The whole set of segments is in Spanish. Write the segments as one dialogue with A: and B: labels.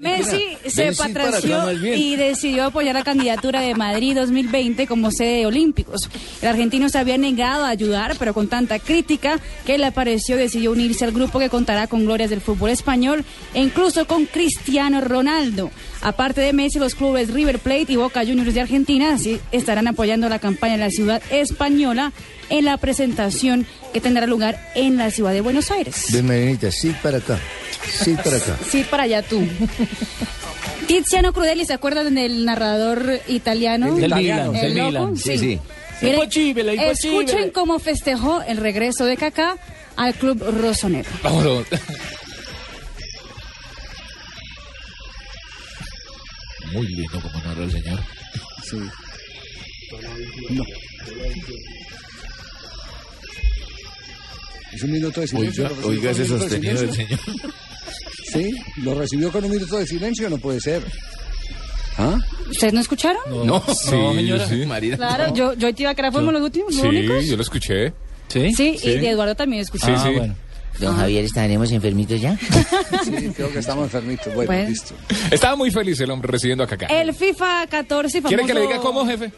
A: Messi se
B: Messi para acá,
A: patranció
B: más bien.
A: y decidió apoyar la candidatura de Madrid 2020 como sede de Olímpicos. El argentino se había negado a ayudar, pero con tanta crítica que le pareció decidió unirse al grupo que contará con glorias del fútbol español e incluso con Cristiano Ronaldo. Aparte de Messi, los clubes River Plate y Boca Juniors de Argentina sí estarán apoyando la campaña en la ciudad española en la presentación que tendrá lugar en la ciudad de Buenos Aires.
B: De Medinita, sí para acá. Sí para acá.
A: Sí, para allá tú. Tiziano Crudeli, ¿se acuerdan del narrador italiano?
C: Del Milan,
A: ¿El
C: del
A: loco?
C: Milan, sí, sí.
A: Miren,
C: Impochibile, impochibile.
A: Escuchen cómo festejó el regreso de Kaká al club rosonero.
C: Vámonos. Muy lindo como narra el señor.
B: Es un minuto de
C: Oiga,
B: ¿lo recibió
C: oiga
B: con
C: ese
B: un minuto de
C: sostenido del
B: silencio?
C: señor.
B: Sí, lo recibió con un minuto de silencio, no puede ser. ¿Ah?
A: ¿Ustedes no escucharon?
C: No, sí, señora. Marina.
A: Claro, yo, yo te iba a creer fuimos los últimos, los únicos.
D: Sí, yo lo escuché.
C: ¿Sí?
A: Sí, y de Eduardo también escuchó.
D: Sí,
C: Ah,
D: sí.
C: bueno.
E: Don Javier, ¿estaremos enfermitos ya?
B: Sí, creo que estamos enfermitos. Bueno,
A: Bueno.
B: listo.
D: Estaba muy feliz el hombre recibiendo a Kaká.
A: El FIFA 14 famoso...
D: ¿Quiere que le diga cómo, jefe?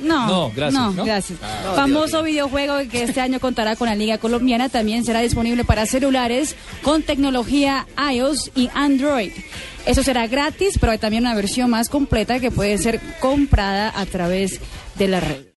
A: No,
C: No, Ah, gracias,
A: no, gracias. Famoso videojuego que este año contará con la Liga Colombiana también será disponible para celulares con tecnología iOS y Android. Eso será gratis, pero hay también una versión más completa que puede ser comprada a través de la red.